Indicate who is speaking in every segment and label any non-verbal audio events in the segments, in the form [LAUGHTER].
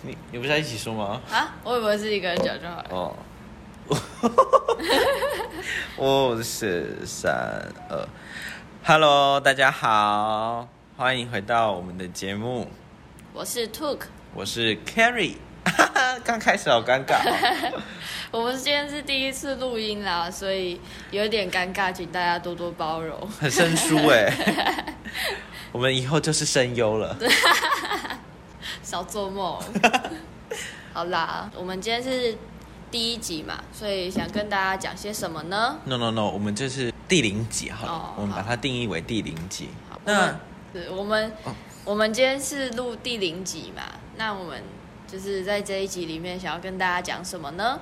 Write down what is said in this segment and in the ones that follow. Speaker 1: 你你不是要一起说吗？
Speaker 2: 啊，我以为是一个人讲就好了。
Speaker 1: 哦， [LAUGHS] 五四哦三二，Hello，大家好，欢迎回到我们的节目，
Speaker 2: 我是 Took，
Speaker 1: 我是 Carry，哈哈， [LAUGHS] 刚开始好尴尬、哦，
Speaker 2: 我们今天是第一次录音啦，所以有点尴尬，请大家多多包容。
Speaker 1: 很生疏哎，我们以后就是声优了，
Speaker 2: 少做
Speaker 1: [LAUGHS]
Speaker 2: 梦。好啦，我们今天是第一集嘛，所以想跟大家讲些什么呢？
Speaker 1: no no no，我们这是第零集好了，
Speaker 2: 哦
Speaker 1: 我们把
Speaker 2: 好
Speaker 1: 它定义为第零集
Speaker 2: 好，
Speaker 1: 那
Speaker 2: 是我们、
Speaker 1: 哦
Speaker 2: 我们今天是录第零集嘛，那我们就是在这一集里面想要跟大家讲什么呢？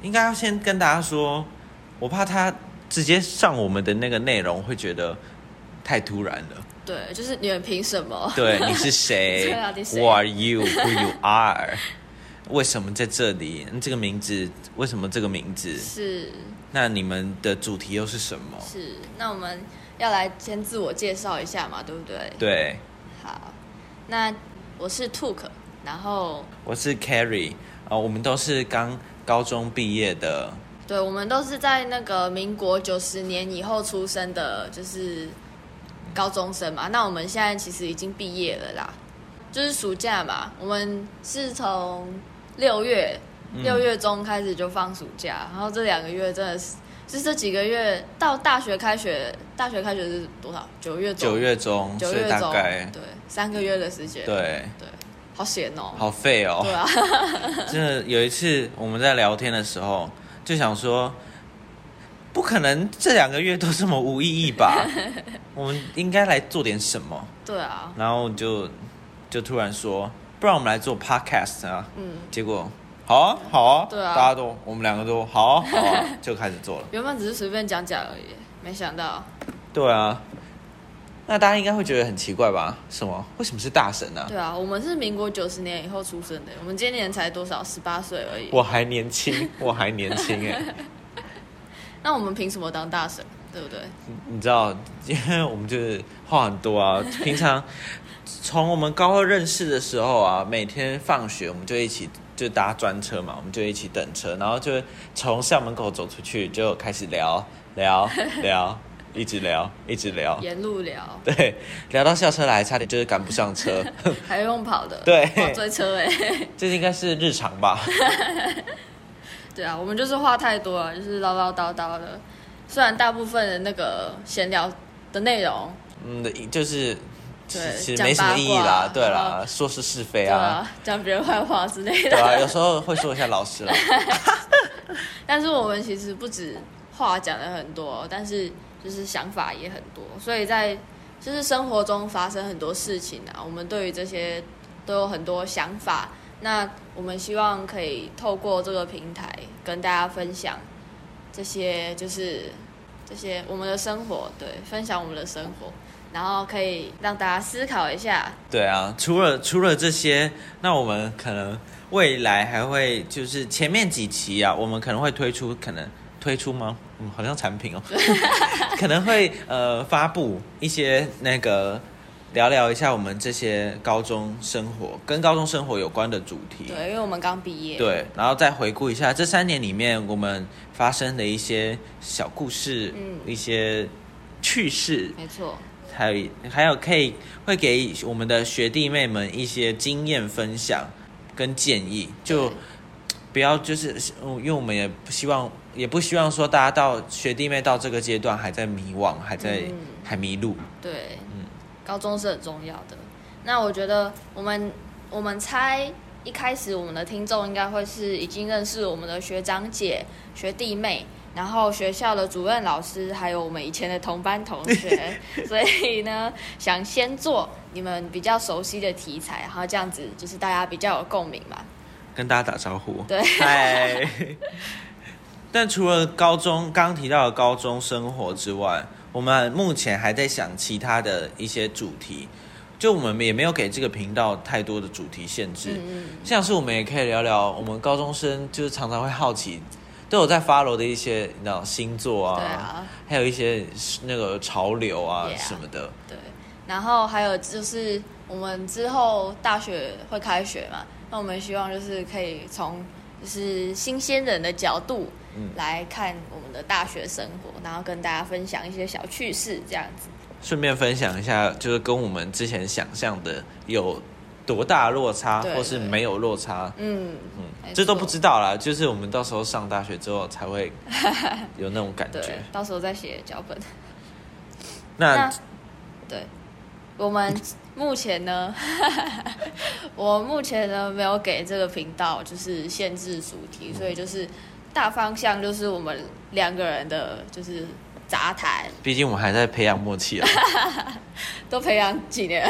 Speaker 1: 应该要先跟大家说，我怕他直接上我们的那个内容会觉得太突然
Speaker 2: [LAUGHS]
Speaker 1: 了。
Speaker 2: 对，就是你们凭什么？
Speaker 1: 对，你是谁
Speaker 2: [LAUGHS] 对啊你是谁
Speaker 1: ？Who are you? Who
Speaker 2: [LAUGHS]
Speaker 1: you are? 为什么在这里？这个名字为什么这个名字？
Speaker 2: 是
Speaker 1: 那你们的主题又是什么？
Speaker 2: 是，那我们要来先自我介绍一下嘛，对不对？
Speaker 1: 对，
Speaker 2: 好，那我是 Took，然后
Speaker 1: 我是 Carrie 啊、我们都是刚高中毕业的，
Speaker 2: 对我们都是在那个民国九十年以后出生的，就是高中生嘛。那我们现在其实已经毕业了啦，就是暑假嘛，我们是从六月六月中开始就放暑假，然后这两个月真的是。就是这几个月到大学开学，大学开学是多少？九月中。
Speaker 1: 九月中，
Speaker 2: 九
Speaker 1: 哦所以
Speaker 2: 月
Speaker 1: 大
Speaker 2: 中。
Speaker 1: 概
Speaker 2: 对，三个月的时间。
Speaker 1: 对，
Speaker 2: 对，好险哦。
Speaker 1: 好废哦。
Speaker 2: [LAUGHS] 对啊，
Speaker 1: 真的有一次我们在聊天的时候，就想说，不可能这两个月都这么无意义
Speaker 2: [LAUGHS]
Speaker 1: 吧？我们应该来做点什么。
Speaker 2: 对啊，
Speaker 1: 然后就就突然说，不然我们来做 podcast 啊。
Speaker 2: 嗯，
Speaker 1: 结果好啊，好啊，
Speaker 2: 对啊
Speaker 1: 大家都我们两个都好啊，好
Speaker 2: [LAUGHS]
Speaker 1: 啊，就开始做了。
Speaker 2: 原本只是随便讲讲而已，没想到，
Speaker 1: 对啊，那大家应该会觉得很奇怪吧？什么？为什么是大神呢、啊？
Speaker 2: 对啊，我们是民国九十年以后出生的，我们今年才多少，十八岁而已。
Speaker 1: 我还年轻，我还年轻哎、
Speaker 2: 那我们凭什么当大神，对不对？
Speaker 1: 你知道， [LAUGHS] 因为我们就是话很多啊。平常从我们高二认识的时候啊，每天放学我们就一起就搭专车嘛，我们就一起等车，然后就从校门口走出去就开始聊
Speaker 2: [LAUGHS]
Speaker 1: 聊聊，一直聊一直聊，
Speaker 2: 沿路聊，
Speaker 1: 对，聊到校车来，差点就是赶不上
Speaker 2: [LAUGHS]
Speaker 1: 车。
Speaker 2: 还用跑的，
Speaker 1: [LAUGHS] 对
Speaker 2: 哇追车哎、
Speaker 1: 这应该是日常吧？
Speaker 2: [LAUGHS] 对啊，我们就是话太多了，就是唠唠叨叨的。虽然大部分的那个闲聊的内容，
Speaker 1: 嗯，就是其
Speaker 2: 对
Speaker 1: 其实
Speaker 2: 讲
Speaker 1: 没什么
Speaker 2: 八
Speaker 1: 意义
Speaker 2: 卦
Speaker 1: 啦，对
Speaker 2: 然
Speaker 1: 啦
Speaker 2: 后，
Speaker 1: 说是是非
Speaker 2: 对
Speaker 1: 啊，
Speaker 2: 啊，讲别人坏话之类
Speaker 1: 对
Speaker 2: 的，
Speaker 1: 啊，有时候会说一下老师啦。
Speaker 2: 但是我们其实不止话讲了很多，但是就是想法也很多，所以在就是生活中发生很多事情啊，我们对于这些都有很多想法。那我们希望可以透过这个平台跟大家分享这些，就是这些我们的生活，对，分享我们的生活，然后可以让大家思考一下，
Speaker 1: 对啊，除了除了这些，那我们可能未来还会就是前面几期啊，我们可能会推出，可能推出吗？嗯，好像产
Speaker 2: [LAUGHS]
Speaker 1: 品哦， [LAUGHS] 可能会呃发布一些那个聊聊一下我们这些高中生活跟高中生活有关的主题。
Speaker 2: 对，因为我们刚毕业，
Speaker 1: 对，然后再回顾一下这三年里面我们发生的一些小故事，
Speaker 2: 嗯
Speaker 1: 一些趣事，
Speaker 2: 没错，
Speaker 1: 还有还有可以会给我们的学弟妹们一些经验分享跟建议，就
Speaker 2: 对
Speaker 1: 不要就是，嗯因为我们也不希望也不希望说大家到学弟妹到这个阶段还在迷惘，还在、
Speaker 2: 嗯
Speaker 1: 还迷路。
Speaker 2: 对，高中是很重要的。那我觉得我们我们猜一开始我们的听众应该会是已经认识我们的学长姐、学弟妹，然后学校的主任老师，还有我们以前的同班同学，所以呢，想先做你们比较熟悉的题材，然后这样子就是大家比较有共鸣嘛。
Speaker 1: 跟大家打招呼，
Speaker 2: 对
Speaker 1: 嗨。 [LAUGHS] 但除了高中刚提到的高中生活之外，我们目前还在想其他的一些主题，就我们也没有给这个频道太多的主题限制。
Speaker 2: 嗯
Speaker 1: 像是我们也可以聊聊我们高中生，就是常常会好奇，都有在 follow 的一些，你知道星座啊，
Speaker 2: 对啊
Speaker 1: 还有一些那个潮流啊
Speaker 2: Yeah
Speaker 1: 什么的。
Speaker 2: 对，然后还有就是我们之后大学会开学嘛，那我们希望就是可以从就是新鲜人的角度
Speaker 1: 嗯
Speaker 2: 来看我们的大学生活，然后跟大家分享一些小趣事这样子。
Speaker 1: 顺便分享一下，就是跟我们之前想象的有多大落差，
Speaker 2: 对
Speaker 1: 或是
Speaker 2: 对
Speaker 1: 没有落差，
Speaker 2: 嗯，
Speaker 1: 嗯，
Speaker 2: 没
Speaker 1: 这都不
Speaker 2: 错
Speaker 1: 知道啦。就是我们到时候上大学之后才
Speaker 2: [LAUGHS]
Speaker 1: 会有那种感
Speaker 2: 对
Speaker 1: 觉。，
Speaker 2: 到时候再写脚本。
Speaker 1: 那
Speaker 2: 那对，我们目前呢， [LAUGHS] 我目前呢没有给这个频道就是限制主题，所以就是大方向就是我们两个人的就是杂谈，
Speaker 1: 毕竟我们还在培养默契
Speaker 2: [LAUGHS]
Speaker 1: 啊，
Speaker 2: 都培养几年，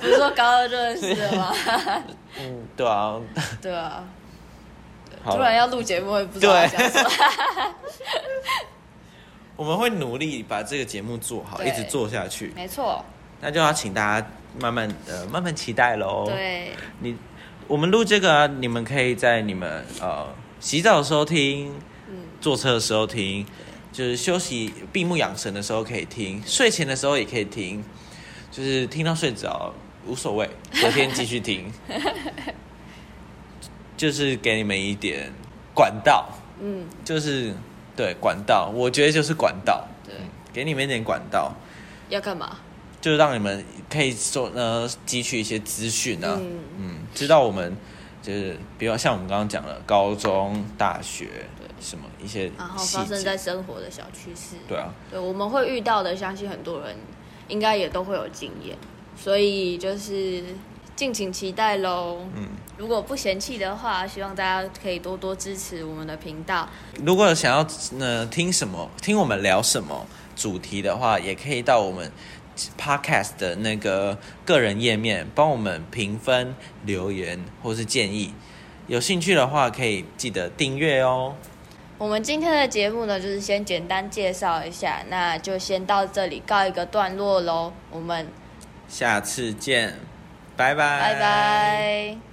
Speaker 2: 不是说高二就认识了
Speaker 1: [LAUGHS]
Speaker 2: 吗？
Speaker 1: 嗯，对啊，
Speaker 2: 对啊，
Speaker 1: 好
Speaker 2: 突然要录节目也不知道要
Speaker 1: 对
Speaker 2: 讲什么。 [LAUGHS]
Speaker 1: 我们会努力把这个节目做好，
Speaker 2: 对
Speaker 1: 一直做下去。
Speaker 2: 没错，
Speaker 1: 那就要请大家慢慢呃慢慢期待喽。，
Speaker 2: 对，
Speaker 1: 你我们录这个啊、你们可以在你们呃洗澡的时候听，
Speaker 2: 嗯
Speaker 1: 坐车的时候听，就是休息闭目养神的时候可以听，睡前的时候也可以听，就是听到睡着无所谓，隔天继续
Speaker 2: [LAUGHS]
Speaker 1: 听，就是给你们一点管道，
Speaker 2: 嗯，
Speaker 1: 就是对管道，我觉得就是管道，嗯
Speaker 2: 对，
Speaker 1: 给你们一点管道。
Speaker 2: 要干嘛？
Speaker 1: 就是让你们可以说呃汲取一些资讯啊，嗯
Speaker 2: 嗯
Speaker 1: 知道我们就是比如像我们刚刚讲的高中、大学什么一些
Speaker 2: 然后
Speaker 1: 细
Speaker 2: 发生在
Speaker 1: 节，
Speaker 2: 生活的小趣事。
Speaker 1: 对啊，
Speaker 2: 对，我们会遇到的，相信很多人应该也都会有经验，所以就是敬请期待喽。嗯，如果不嫌弃的话，希望大家可以多多支持我们的频道。
Speaker 1: 如果想要呃听什么，听我们聊什么主题的话，也可以到我们 podcast 的那个个人页面帮我们评分、留言或是建议。有兴趣的话，可以记得订阅哦。
Speaker 2: 我们今天的节目呢，就是先简单介绍一下，那就先到这里告一个段落喽。我们
Speaker 1: 下次见，拜拜，
Speaker 2: 拜拜